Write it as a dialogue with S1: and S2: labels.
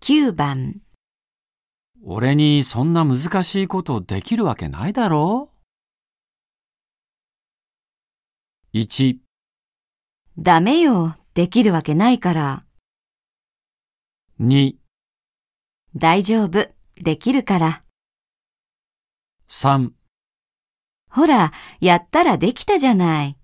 S1: 9番、
S2: 俺にそんな難しいことできるわけないだろう ?1、
S1: ダメよ、できるわけないから。
S2: 2、
S1: 大丈夫、できるから。
S2: 3
S1: ほら、やったらできたじゃない。